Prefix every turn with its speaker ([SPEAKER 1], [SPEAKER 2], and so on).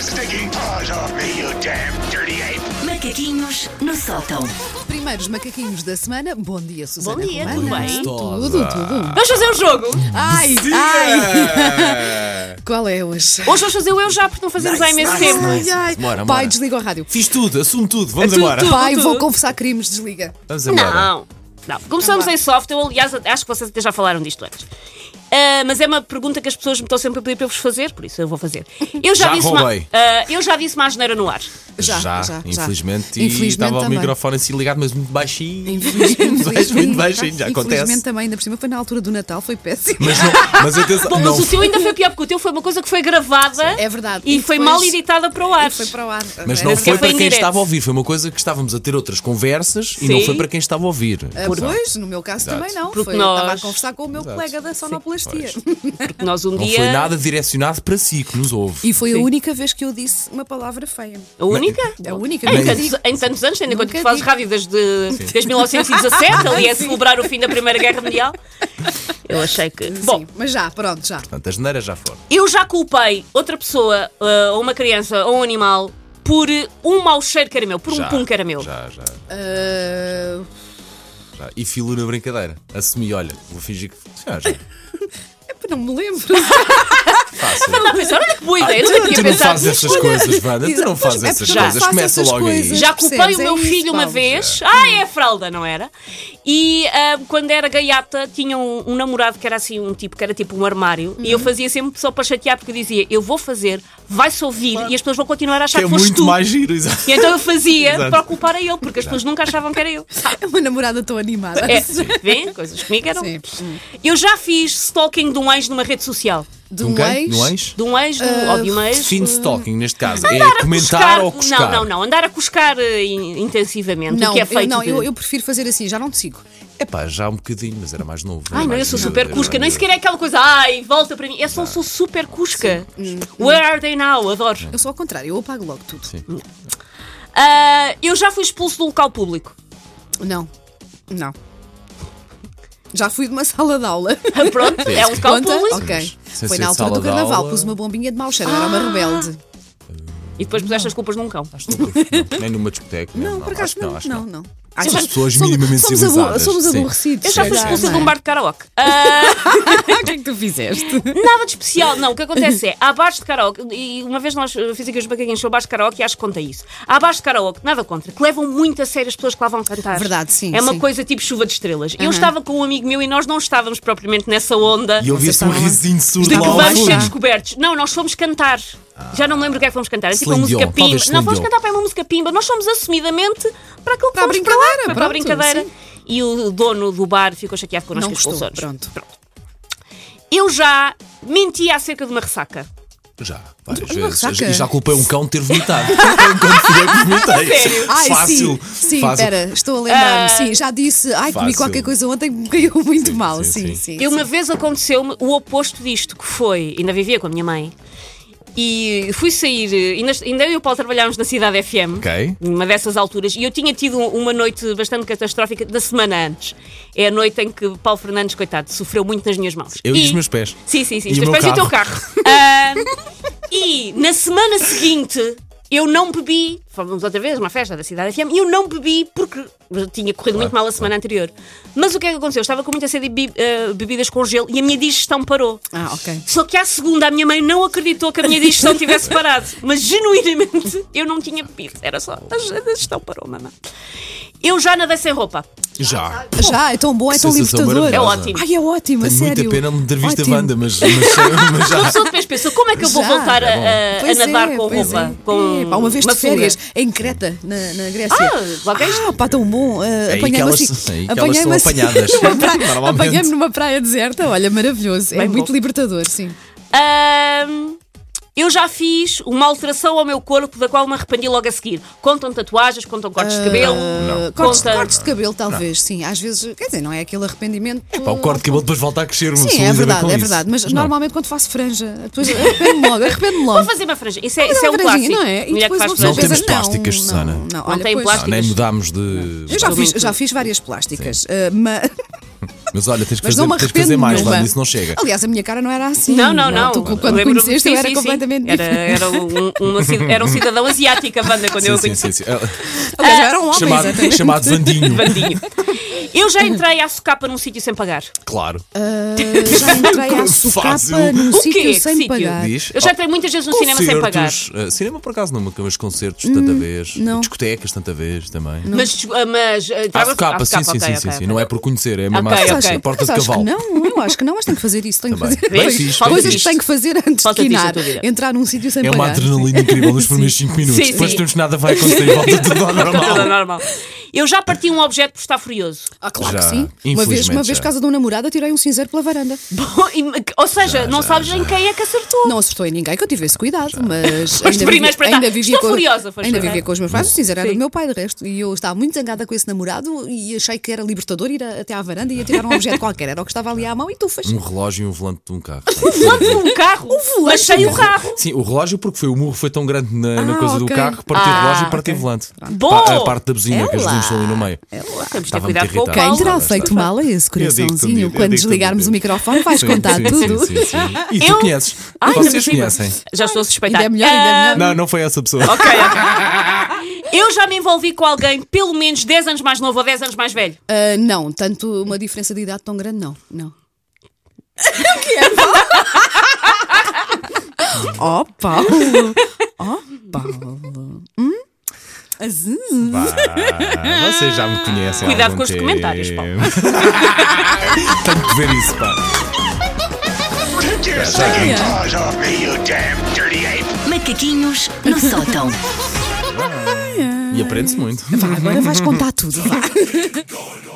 [SPEAKER 1] sticking paws off me, you damn dirty ape!
[SPEAKER 2] Macaquinhos no sótão.
[SPEAKER 3] Primeiros macaquinhos da semana. Bom dia, Susana.
[SPEAKER 4] Bom dia,
[SPEAKER 3] Romana.
[SPEAKER 4] tudo bem?
[SPEAKER 3] Tudo, tudo.
[SPEAKER 4] Vamos fazer um jogo!
[SPEAKER 3] Ai, ai.
[SPEAKER 4] Ah.
[SPEAKER 3] Qual é hoje?
[SPEAKER 4] Hoje vamos fazer o eu já, porque não fazemos há imenso tempo.
[SPEAKER 3] Ai, ai.
[SPEAKER 5] Bora,
[SPEAKER 3] Pai,
[SPEAKER 5] bora.
[SPEAKER 3] desliga o rádio.
[SPEAKER 5] Fiz tudo, assumo tudo, vamos
[SPEAKER 4] Tudo,
[SPEAKER 5] embora.
[SPEAKER 4] tudo.
[SPEAKER 3] Pai, vou confessar crimes, desliga.
[SPEAKER 5] Vamos embora.
[SPEAKER 4] Não, não. Começamos
[SPEAKER 5] Tá
[SPEAKER 4] em soft, eu aliás acho que vocês até já falaram disto antes. Ah, mas é uma pergunta que as pessoas me estão sempre a pedir para eu vos fazer, por isso eu vou fazer. Eu já,
[SPEAKER 5] Já
[SPEAKER 4] disse uma,
[SPEAKER 5] roubei.
[SPEAKER 4] ah, eu já disse uma asneira no ar.
[SPEAKER 3] Já, já, já.
[SPEAKER 5] infelizmente. e
[SPEAKER 3] Infelizmente
[SPEAKER 5] estava o
[SPEAKER 3] também.
[SPEAKER 5] microfone assim ligado, mas muito baixinho.
[SPEAKER 3] Infelizmente,
[SPEAKER 5] Muito baixinho, já
[SPEAKER 3] Infelizmente
[SPEAKER 5] acontece.
[SPEAKER 3] também, ainda por cima, foi na altura do Natal, foi péssimo.
[SPEAKER 5] Mas, não, mas atenção,
[SPEAKER 4] Bom,
[SPEAKER 5] não,
[SPEAKER 4] mas o teu ainda foi pior, porque o teu foi uma coisa que foi gravada
[SPEAKER 3] É verdade.
[SPEAKER 4] e,
[SPEAKER 3] E
[SPEAKER 4] foi
[SPEAKER 3] depois-
[SPEAKER 4] mal editada para o ar.
[SPEAKER 3] Foi para o ar.
[SPEAKER 5] mas
[SPEAKER 3] É.
[SPEAKER 4] sequer
[SPEAKER 5] não foi
[SPEAKER 4] foi
[SPEAKER 5] para
[SPEAKER 4] em
[SPEAKER 5] quem
[SPEAKER 4] direto.
[SPEAKER 5] estava a ouvir, foi uma coisa que estávamos a ter outras conversas e não
[SPEAKER 4] Sim.
[SPEAKER 5] foi para quem estava a ouvir.
[SPEAKER 3] Ah,
[SPEAKER 5] Portanto,
[SPEAKER 3] Pois, no meu caso
[SPEAKER 5] Exato.
[SPEAKER 3] também não.
[SPEAKER 4] Porque
[SPEAKER 3] Foi,
[SPEAKER 4] nós-
[SPEAKER 3] Estava a conversar com o meu colega da sonoplastia.
[SPEAKER 4] Porque nós um
[SPEAKER 5] Não
[SPEAKER 4] dia.
[SPEAKER 5] foi nada direcionado para si que nos ouve.
[SPEAKER 3] E foi a
[SPEAKER 4] Sim.
[SPEAKER 3] única vez que eu disse uma palavra feia. É
[SPEAKER 4] A única?
[SPEAKER 3] A única
[SPEAKER 4] Em
[SPEAKER 3] vez.
[SPEAKER 4] tantos, em tantos anos, tendo em conta que
[SPEAKER 3] Nunca
[SPEAKER 4] tu fazes
[SPEAKER 3] digo.
[SPEAKER 4] rádio desde, desde 1917, ali é celebrar o fim da Primeira Guerra Mundial. Eu achei que. Bom,
[SPEAKER 3] Sim, mas já, pronto, já.
[SPEAKER 5] Portanto, as neiras já foram.
[SPEAKER 4] eu já culpei outra pessoa, ah, ou uma criança, ou um animal, por eh, um mau cheiro que era meu, por um
[SPEAKER 5] Já,
[SPEAKER 4] pum que era meu.
[SPEAKER 5] Já, já,
[SPEAKER 3] Ah,
[SPEAKER 5] já. E filo na brincadeira. Assumi, olha, vou fingir que. Já, já.
[SPEAKER 3] epá, não me lembro.
[SPEAKER 5] Fácil.
[SPEAKER 4] Estava a pensar, olha que boa ideia, nunca
[SPEAKER 5] Tu
[SPEAKER 4] tinha
[SPEAKER 5] Ah, então não
[SPEAKER 4] pensado
[SPEAKER 5] fazes
[SPEAKER 4] nisso.
[SPEAKER 5] essas coisas, Vanda. Tu não
[SPEAKER 3] Pois,
[SPEAKER 5] fazes
[SPEAKER 3] é
[SPEAKER 5] essas
[SPEAKER 3] porque não
[SPEAKER 5] coisas.
[SPEAKER 3] faço
[SPEAKER 5] Começa
[SPEAKER 3] essas
[SPEAKER 5] logo aí.
[SPEAKER 3] coisas.
[SPEAKER 4] Já culpei
[SPEAKER 3] Percebes?
[SPEAKER 4] o
[SPEAKER 3] É
[SPEAKER 4] meu
[SPEAKER 3] isso,
[SPEAKER 4] filho uma
[SPEAKER 3] Paulo,
[SPEAKER 4] vez. Ah, é a fralda, não era? E ah, quando era gaiata, tinha um, um namorado que era assim, um tipo, que era tipo um armário. E eu
[SPEAKER 3] Uhum.
[SPEAKER 4] fazia sempre só para chatear, porque eu dizia: Eu vou fazer, vai-se ouvir e as pessoas vão continuar a achar
[SPEAKER 5] Que
[SPEAKER 4] que,
[SPEAKER 5] é
[SPEAKER 4] foste
[SPEAKER 5] muito
[SPEAKER 4] tu.
[SPEAKER 5] mais giro, exato.
[SPEAKER 4] E então eu fazia
[SPEAKER 5] Exato.
[SPEAKER 4] para culpar a ele, porque as pessoas nunca achavam que era eu.
[SPEAKER 3] É uma namorada tão animada.
[SPEAKER 4] É, vê? Coisas comigo eram.
[SPEAKER 3] Sim.
[SPEAKER 4] Eu já fiz stalking de um ex numa rede social.
[SPEAKER 3] De
[SPEAKER 5] Num
[SPEAKER 3] um
[SPEAKER 5] quem?
[SPEAKER 3] ex.
[SPEAKER 5] Num ex?
[SPEAKER 4] De um ex no-
[SPEAKER 3] Ah,
[SPEAKER 4] ou de uma ex.
[SPEAKER 5] Fim de stalking, neste caso. É
[SPEAKER 4] Cuscar-
[SPEAKER 5] comentar ou cuscar.
[SPEAKER 4] Não, não, não. Andar a cuscar eh, in- intensivamente.
[SPEAKER 3] Não,
[SPEAKER 4] o que é
[SPEAKER 3] eu-
[SPEAKER 4] feito
[SPEAKER 3] não
[SPEAKER 4] de-
[SPEAKER 3] eu, eu prefiro fazer assim, já não te sigo.
[SPEAKER 5] Epá, já um bocadinho, mas era mais novo.
[SPEAKER 4] Ai,
[SPEAKER 5] era
[SPEAKER 4] não, eu
[SPEAKER 5] mais
[SPEAKER 4] sou
[SPEAKER 5] miúdo,
[SPEAKER 4] super
[SPEAKER 5] era
[SPEAKER 4] cusca. Nem
[SPEAKER 5] mais
[SPEAKER 4] sequer é aquela coisa, ai, volta para mim. Eu só sou super cusca.
[SPEAKER 3] Hum,
[SPEAKER 4] Where are they now? Adoro.
[SPEAKER 3] Eu sou ao contrário, eu apago logo tudo.
[SPEAKER 4] Ah, eu já fui expulso do local público.
[SPEAKER 3] Não, não. Já fui de uma sala de aula.
[SPEAKER 4] Ah, Pronto, é um local
[SPEAKER 3] Conta?
[SPEAKER 4] público.
[SPEAKER 3] Ok.
[SPEAKER 5] Sem
[SPEAKER 3] Foi
[SPEAKER 5] ser
[SPEAKER 3] na altura
[SPEAKER 5] sala
[SPEAKER 3] do
[SPEAKER 5] de
[SPEAKER 3] carnaval,
[SPEAKER 5] aula.
[SPEAKER 3] pus uma bombinha de mau cheiro, eu era uma rebelde.
[SPEAKER 4] E depois puseste as culpas num cão.
[SPEAKER 5] novo. Não, Nem numa discoteca.
[SPEAKER 3] Não, por acaso
[SPEAKER 5] acho que
[SPEAKER 3] não.
[SPEAKER 5] acho que
[SPEAKER 3] Não, não. Acho
[SPEAKER 5] São
[SPEAKER 3] que-
[SPEAKER 5] pessoas
[SPEAKER 3] somos-
[SPEAKER 5] minimamente
[SPEAKER 3] somos
[SPEAKER 5] civilizadas,
[SPEAKER 3] abor- Somos
[SPEAKER 5] sim.
[SPEAKER 3] aborrecidos.
[SPEAKER 4] Eu já fui
[SPEAKER 3] se calhar,
[SPEAKER 4] expulsa de
[SPEAKER 3] não é?
[SPEAKER 4] um bar de karaoke. Ah,
[SPEAKER 3] O que é que tu fizeste?
[SPEAKER 4] nada de especial, não. O que acontece é, há bares de karaoke, e uma vez nós eh, fiz aqui os bacaguinhos sobre bares de karaoke e acho que conta isso. Há bares de karaoke, nada contra, que levam muito a sério as pessoas que lá vão cantar.
[SPEAKER 3] Verdade, sim,
[SPEAKER 4] É uma
[SPEAKER 3] sim.
[SPEAKER 4] coisa tipo chuva de estrelas. Eu estava com um amigo meu e nós não estávamos propriamente nessa onda.
[SPEAKER 5] E ouvia-se um
[SPEAKER 3] estavam lá.
[SPEAKER 5] risinho surdo
[SPEAKER 4] de
[SPEAKER 5] lá
[SPEAKER 4] que
[SPEAKER 5] ao
[SPEAKER 4] vamos ser
[SPEAKER 5] fundo.
[SPEAKER 4] descobertos. Não, nós fomos cantar. Já não me lembro o que é que fomos cantar. É tipo uma
[SPEAKER 5] Celine
[SPEAKER 4] música
[SPEAKER 5] Dion,
[SPEAKER 4] pimba.
[SPEAKER 5] Ah. talvez
[SPEAKER 4] Não,
[SPEAKER 5] Celine
[SPEAKER 4] fomos
[SPEAKER 5] Dion.
[SPEAKER 4] cantar para uma música pimba. Nós fomos assumidamente para aquilo que
[SPEAKER 3] Para a
[SPEAKER 4] fomos
[SPEAKER 3] brincadeira,
[SPEAKER 4] cantar, para a
[SPEAKER 3] pronto,
[SPEAKER 4] brincadeira.
[SPEAKER 3] sim.
[SPEAKER 4] E o dono do bar ficou chateado connosco
[SPEAKER 3] Não
[SPEAKER 4] com as
[SPEAKER 3] gostou,
[SPEAKER 4] expulsões.
[SPEAKER 3] pronto.
[SPEAKER 4] Eu já menti acerca de uma ressaca.
[SPEAKER 5] Já, várias
[SPEAKER 3] Uma
[SPEAKER 5] vezes.
[SPEAKER 3] ressaca.
[SPEAKER 5] E já culpei um cão de ter vomitado. um cão de ter vomitado.
[SPEAKER 4] Sério?
[SPEAKER 3] Ai,
[SPEAKER 5] Fácil.
[SPEAKER 3] sim, sim,
[SPEAKER 5] fácil.
[SPEAKER 3] espera, estou a lembrar-me. Sim, já disse, ai, comi
[SPEAKER 5] Fácil.
[SPEAKER 3] qualquer coisa ontem que me caiu muito
[SPEAKER 5] Sim,
[SPEAKER 3] mal.
[SPEAKER 5] sim,
[SPEAKER 3] Sim, sim.
[SPEAKER 5] sim.
[SPEAKER 4] E uma vez aconteceu-me o oposto disto, que foi, ainda vivia com a minha mãe, e fui sair, eh, ainda, ainda eu e o Paulo trabalhámos na cidade FM,
[SPEAKER 5] Ok.
[SPEAKER 4] numa dessas alturas, e eu tinha tido um, uma noite bastante catastrófica da semana antes. É a noite em que Paulo Fernandes, coitado, sofreu muito nas minhas mãos.
[SPEAKER 5] Eu e os meus pés.
[SPEAKER 4] Sim, sim, sim.
[SPEAKER 5] E
[SPEAKER 4] os
[SPEAKER 5] o
[SPEAKER 4] teus
[SPEAKER 5] meu
[SPEAKER 4] pés e o teu carro. Ah, e na semana seguinte eu não bebi, fomos outra vez a uma festa da cidade FM, e eu não bebi porque tinha corrido muito mal a semana anterior. Mas o que é que aconteceu? Eu estava com muita sede de bi- ah, bebidas com gelo e a minha digestão parou.
[SPEAKER 3] Ah, ok.
[SPEAKER 4] Só que à segunda a minha mãe não acreditou que a minha digestão tivesse parado. Mas genuinamente eu não tinha bebido. Era só. A digestão parou, mamãe. Eu já nadei sem roupa.
[SPEAKER 5] Já.
[SPEAKER 3] Já, é tão bom, é tão
[SPEAKER 5] sensação
[SPEAKER 3] libertador.
[SPEAKER 5] maravilhosa. É
[SPEAKER 4] ótimo.
[SPEAKER 3] Ai, é ótimo, a
[SPEAKER 5] Tenho
[SPEAKER 3] sério.
[SPEAKER 5] muita pena de me ter visto a
[SPEAKER 3] Ótimo.
[SPEAKER 5] banda, mas, mas, mas já.
[SPEAKER 4] A pessoa depois pensa, como é que eu vou
[SPEAKER 3] Já.
[SPEAKER 4] voltar a,
[SPEAKER 5] É bom.
[SPEAKER 4] a- a
[SPEAKER 3] Pois
[SPEAKER 4] nadar
[SPEAKER 3] é,
[SPEAKER 4] com
[SPEAKER 3] pois
[SPEAKER 4] roupa?
[SPEAKER 3] é.
[SPEAKER 4] Com
[SPEAKER 3] É, pá, uma vez de
[SPEAKER 4] sunga?
[SPEAKER 3] férias, em Creta, na, na Grécia.
[SPEAKER 4] Ah, lá tens-
[SPEAKER 3] Ah, pá, tão bom. ah,
[SPEAKER 5] aí que
[SPEAKER 3] Apanhei-me
[SPEAKER 5] elas-
[SPEAKER 3] assim.
[SPEAKER 5] aí que elas
[SPEAKER 3] apanhei-me
[SPEAKER 5] são
[SPEAKER 3] assim
[SPEAKER 5] apanhadas,
[SPEAKER 3] numa praia-
[SPEAKER 5] normalmente.
[SPEAKER 3] Apanhei-me numa praia deserta, olha, maravilhoso. É
[SPEAKER 4] Bem
[SPEAKER 3] muito
[SPEAKER 4] bom.
[SPEAKER 3] libertador, sim.
[SPEAKER 4] Ahm, Ah, eu já fiz uma alteração ao meu corpo da qual me arrependi logo a seguir. Contam tatuagens, contam cortes de cabelo.
[SPEAKER 3] Ah, cortes,
[SPEAKER 4] Conta.
[SPEAKER 3] cortes de cabelo, talvez, sim. Às vezes, quer dizer, não é aquele arrependimento.
[SPEAKER 5] Pá, o corte de cabelo depois volta a crescer. uma
[SPEAKER 3] Sim,
[SPEAKER 5] pessoa
[SPEAKER 3] é
[SPEAKER 5] lida
[SPEAKER 3] verdade,
[SPEAKER 5] um com
[SPEAKER 3] é
[SPEAKER 5] isso.
[SPEAKER 3] verdade. Mas
[SPEAKER 5] não.
[SPEAKER 3] normalmente quando faço franja, depois arrependo-me logo, arrependo-me
[SPEAKER 4] Vou
[SPEAKER 3] logo.
[SPEAKER 4] fazer uma franja. Isso é, isso
[SPEAKER 3] Fazer
[SPEAKER 4] é
[SPEAKER 3] uma
[SPEAKER 4] um
[SPEAKER 3] franjinha,
[SPEAKER 4] clássico.
[SPEAKER 3] Não é? E
[SPEAKER 4] Mulher que
[SPEAKER 3] depois
[SPEAKER 4] faz
[SPEAKER 3] uma pessoa
[SPEAKER 4] franjas.
[SPEAKER 5] franjas.
[SPEAKER 3] pensa,
[SPEAKER 5] Não temos plásticas,
[SPEAKER 3] não,
[SPEAKER 5] Susana.
[SPEAKER 3] Não,
[SPEAKER 4] Não tem
[SPEAKER 3] pois.
[SPEAKER 4] plásticas.
[SPEAKER 5] Nem Ah, mudámos de.
[SPEAKER 3] Eu já
[SPEAKER 4] Estou
[SPEAKER 3] fiz,
[SPEAKER 4] muito-
[SPEAKER 3] já fiz várias plásticas, ah, mas.
[SPEAKER 5] Mas olha, tens que
[SPEAKER 3] Mas
[SPEAKER 5] fazer,
[SPEAKER 3] não me
[SPEAKER 5] tens que
[SPEAKER 3] arrependo
[SPEAKER 5] fazer mais,
[SPEAKER 3] nenhuma.
[SPEAKER 5] lá disso não chega.
[SPEAKER 3] Aliás, a minha cara não era assim.
[SPEAKER 4] Não, não, não.
[SPEAKER 3] Tu, quando me
[SPEAKER 4] Lembro-me-
[SPEAKER 3] conheceste, eu
[SPEAKER 4] sim,
[SPEAKER 3] era
[SPEAKER 4] sim, sim.
[SPEAKER 3] completamente.
[SPEAKER 4] Era,
[SPEAKER 3] diferente.
[SPEAKER 4] era, um, uma ci- era um cidadão asiático, a banda, quando eu a
[SPEAKER 5] sim,
[SPEAKER 4] conheci.
[SPEAKER 5] sim, sim.
[SPEAKER 3] Aliás, eu era um homem,
[SPEAKER 5] Chamado,
[SPEAKER 3] exatamente.
[SPEAKER 5] chamado Vandinho.
[SPEAKER 4] Bandinho. Eu já entrei à socapa num sítio sem pagar.
[SPEAKER 5] Claro.
[SPEAKER 3] Ah, já entrei à socapa
[SPEAKER 5] Fácil.
[SPEAKER 3] num
[SPEAKER 4] O
[SPEAKER 3] sítio
[SPEAKER 4] quê? Que
[SPEAKER 3] sem
[SPEAKER 4] sítio?
[SPEAKER 3] pagar.
[SPEAKER 5] Diz. Oh,
[SPEAKER 4] Eu já entrei muitas vezes no cinema sem pagar.
[SPEAKER 5] Concertos, eh, cinema por acaso não, mas concertos tanta vez.
[SPEAKER 3] não.
[SPEAKER 5] Discotecas tanta vez também.
[SPEAKER 4] Mas. mas ah,
[SPEAKER 5] Ah,
[SPEAKER 4] já-
[SPEAKER 5] socapa,
[SPEAKER 4] à socapa,
[SPEAKER 5] sim, sim,
[SPEAKER 4] ok,
[SPEAKER 5] sim,
[SPEAKER 4] ok,
[SPEAKER 5] sim,
[SPEAKER 4] ok.
[SPEAKER 5] sim. Não é por conhecer, é mesmo
[SPEAKER 4] Ok,
[SPEAKER 5] assim,
[SPEAKER 4] ok.
[SPEAKER 5] sim, porta de
[SPEAKER 3] Mas acho que
[SPEAKER 5] cavalo.
[SPEAKER 3] não, eu acho que não, mas tenho que fazer isso. Tenho que
[SPEAKER 5] Também.
[SPEAKER 3] fazer
[SPEAKER 5] Bem
[SPEAKER 4] Vês?
[SPEAKER 5] fixe,
[SPEAKER 4] Falta
[SPEAKER 5] bem
[SPEAKER 3] coisas que
[SPEAKER 5] fixe.
[SPEAKER 3] tenho que fazer antes de
[SPEAKER 4] Falta disto na
[SPEAKER 3] quinar.
[SPEAKER 4] tua vida.
[SPEAKER 3] Entrar num sítio sem
[SPEAKER 5] É uma
[SPEAKER 3] pagar.
[SPEAKER 5] adrenalina incrível nos
[SPEAKER 3] Sim.
[SPEAKER 5] primeiros 5 minutos.
[SPEAKER 4] Sim,
[SPEAKER 5] Depois
[SPEAKER 4] sim.
[SPEAKER 5] temos nada vai acontecer e volta tudo ao
[SPEAKER 4] Tudo
[SPEAKER 5] normal.
[SPEAKER 4] normal. Eu já parti um objeto por estar furioso.
[SPEAKER 3] Ah, claro
[SPEAKER 5] Já,
[SPEAKER 3] que sim. Uma vez,
[SPEAKER 5] infelizmente
[SPEAKER 3] uma vez,
[SPEAKER 5] já.
[SPEAKER 3] por causa de um namorado, eu tirei um cinzeiro pela varanda.
[SPEAKER 4] Bom, e- Ou seja, não sabes em quem é que acertou.
[SPEAKER 3] Não acertou em ninguém, que eu tive esse cuidado, mas.
[SPEAKER 4] Foste
[SPEAKER 3] ainda
[SPEAKER 4] por aí mais
[SPEAKER 3] vivia,
[SPEAKER 4] para
[SPEAKER 5] tá,
[SPEAKER 3] ainda
[SPEAKER 4] trás.
[SPEAKER 3] vivia
[SPEAKER 4] Estou
[SPEAKER 3] com,
[SPEAKER 4] furiosa, foste
[SPEAKER 3] Ainda
[SPEAKER 4] para
[SPEAKER 3] vivia
[SPEAKER 4] trás.
[SPEAKER 3] com os meus pais, o cinzeiro era
[SPEAKER 4] Sim.
[SPEAKER 3] do meu pai, de resto. E eu estava muito zangada com esse namorado e achei que era libertador ir a- até à varanda e ia tirar um objeto qualquer. Era o que estava ali à mão e tu fez.
[SPEAKER 5] Um relógio e um volante de um carro.
[SPEAKER 4] Volante de um carro. mas sem o carro.
[SPEAKER 5] Sim, o relógio, porque foi, o murro foi tão grande na, na
[SPEAKER 3] Ah,
[SPEAKER 5] coisa do
[SPEAKER 3] ok.
[SPEAKER 5] carro, partiu o
[SPEAKER 4] Ah,
[SPEAKER 5] relógio e partiu o volante.
[SPEAKER 4] Bom!
[SPEAKER 5] Pa- a parte da buzina,
[SPEAKER 3] É
[SPEAKER 5] que as
[SPEAKER 3] lá.
[SPEAKER 5] luzes estão ali no meio.
[SPEAKER 4] Temos de ter
[SPEAKER 5] Estava
[SPEAKER 4] cuidado
[SPEAKER 5] muito
[SPEAKER 4] com o
[SPEAKER 5] irritado.
[SPEAKER 3] É Quem
[SPEAKER 4] Paulo.
[SPEAKER 3] terá
[SPEAKER 5] Estava,
[SPEAKER 3] feito
[SPEAKER 5] estava.
[SPEAKER 3] mal a esse
[SPEAKER 5] Eu digo-te um dia,
[SPEAKER 3] coraçãozinho?
[SPEAKER 5] eu
[SPEAKER 3] Quando
[SPEAKER 5] digo-te um
[SPEAKER 3] desligarmos
[SPEAKER 5] dia.
[SPEAKER 3] o microfone, vais
[SPEAKER 5] Sim,
[SPEAKER 3] contar
[SPEAKER 5] sim,
[SPEAKER 3] tudo.
[SPEAKER 5] Sim, sim, sim. E tu
[SPEAKER 4] Eu-
[SPEAKER 5] conheces?
[SPEAKER 4] Ai, ainda por
[SPEAKER 5] Vocês
[SPEAKER 4] cima.
[SPEAKER 5] conhecem?
[SPEAKER 4] Já estou a suspeitar.
[SPEAKER 3] Ainda é melhor, ainda é
[SPEAKER 4] Ah,
[SPEAKER 3] melhor.
[SPEAKER 5] Tá. Não, não foi essa pessoa.
[SPEAKER 4] Ok, ok. Eu já me envolvi com alguém pelo menos 10 anos mais novo ou 10 anos mais velho.
[SPEAKER 3] Ah, não, tanto uma diferença de idade tão grande, não. Não. que é? oh, Paulo! Oh, Paulo! Hum? Azul.
[SPEAKER 5] Pá, vocês já me conhecem. há
[SPEAKER 4] Cuidado
[SPEAKER 5] algum
[SPEAKER 4] com os
[SPEAKER 5] tempo.
[SPEAKER 4] comentários, Paulo.
[SPEAKER 5] Tenho que ver isso, pá.
[SPEAKER 1] Take your stinking paws off me, you damn dirty ape!
[SPEAKER 2] Macaquinhos no sótão.
[SPEAKER 5] E aprende-se muito.
[SPEAKER 3] Vá, agora vais contar tudo, vá.